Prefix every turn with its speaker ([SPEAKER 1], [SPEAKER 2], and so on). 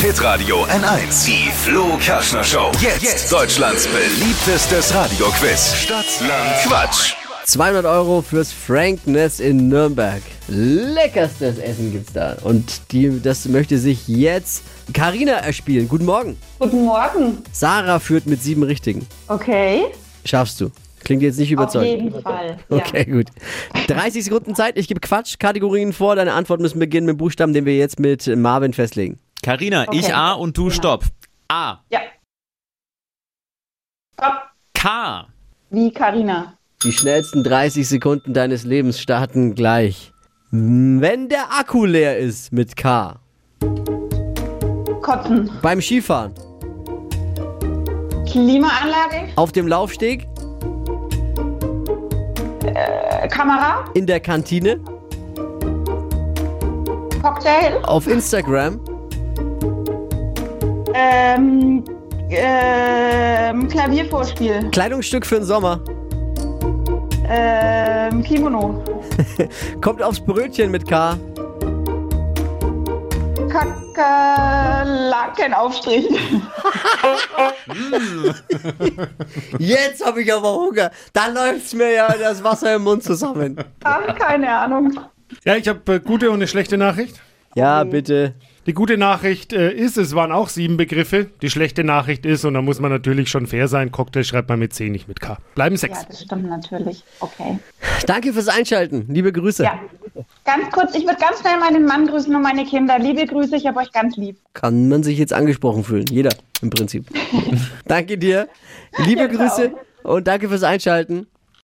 [SPEAKER 1] Hitradio N1. Die Flo Kaschner Show. Jetzt, Deutschlands beliebtestes Radioquiz. Stadt, Land, Quatsch.
[SPEAKER 2] 200 Euro fürs Frankness in Nürnberg. Leckerstes Essen gibt's da. Und die, das möchte sich jetzt Karina erspielen. Guten Morgen.
[SPEAKER 3] Guten Morgen.
[SPEAKER 2] Sarah führt mit sieben Richtigen.
[SPEAKER 3] Okay.
[SPEAKER 2] Schaffst du. Klingt jetzt nicht
[SPEAKER 3] Auf
[SPEAKER 2] überzeugend.
[SPEAKER 3] jeden Fall.
[SPEAKER 2] Okay, gut. 30 Sekunden Zeit. Ich gebe Quatschkategorien vor. Deine Antworten müssen beginnen mit dem Buchstaben, den wir jetzt mit Marvin festlegen.
[SPEAKER 4] Karina,
[SPEAKER 3] Okay.
[SPEAKER 4] ich A und du Stopp. A.
[SPEAKER 3] Ja. ja. Stopp.
[SPEAKER 4] K.
[SPEAKER 3] Wie Karina.
[SPEAKER 2] Die schnellsten 30 Sekunden deines Lebens starten gleich. Wenn der Akku leer ist mit K.
[SPEAKER 3] Kotzen.
[SPEAKER 2] Beim Skifahren.
[SPEAKER 3] Klimaanlage.
[SPEAKER 2] Auf dem Laufsteg.
[SPEAKER 3] Äh, Kamera.
[SPEAKER 2] In der Kantine.
[SPEAKER 3] Cocktail.
[SPEAKER 2] Auf Instagram.
[SPEAKER 3] Ähm, ähm, Klaviervorspiel.
[SPEAKER 2] Kleidungsstück für den Sommer.
[SPEAKER 3] Ähm, Kimono.
[SPEAKER 2] Kommt aufs Brötchen mit K.
[SPEAKER 3] Kakerlakenaufstrich.
[SPEAKER 2] Jetzt habe ich aber Hunger. Da läuft's mir ja das Wasser im Mund zusammen.
[SPEAKER 3] Ach, keine Ahnung.
[SPEAKER 5] Ja, ich habe äh, gute und eine schlechte Nachricht.
[SPEAKER 2] Ja, bitte.
[SPEAKER 5] Die gute Nachricht äh, ist, es waren auch sieben Begriffe. Die schlechte Nachricht ist, und da muss man natürlich schon fair sein, Cocktail schreibt man mit C, nicht mit K. Bleiben
[SPEAKER 3] Ja,
[SPEAKER 5] sechs.
[SPEAKER 3] das stimmt natürlich. Okay.
[SPEAKER 2] Danke fürs Einschalten. Liebe Grüße.
[SPEAKER 3] Ja. Ganz kurz, ich würde ganz schnell meinen Mann grüßen und meine Kinder. Liebe Grüße, ich habe euch ganz lieb.
[SPEAKER 2] Kann man sich jetzt angesprochen fühlen. Jeder im Prinzip. danke dir. Liebe Grüße und danke fürs Einschalten.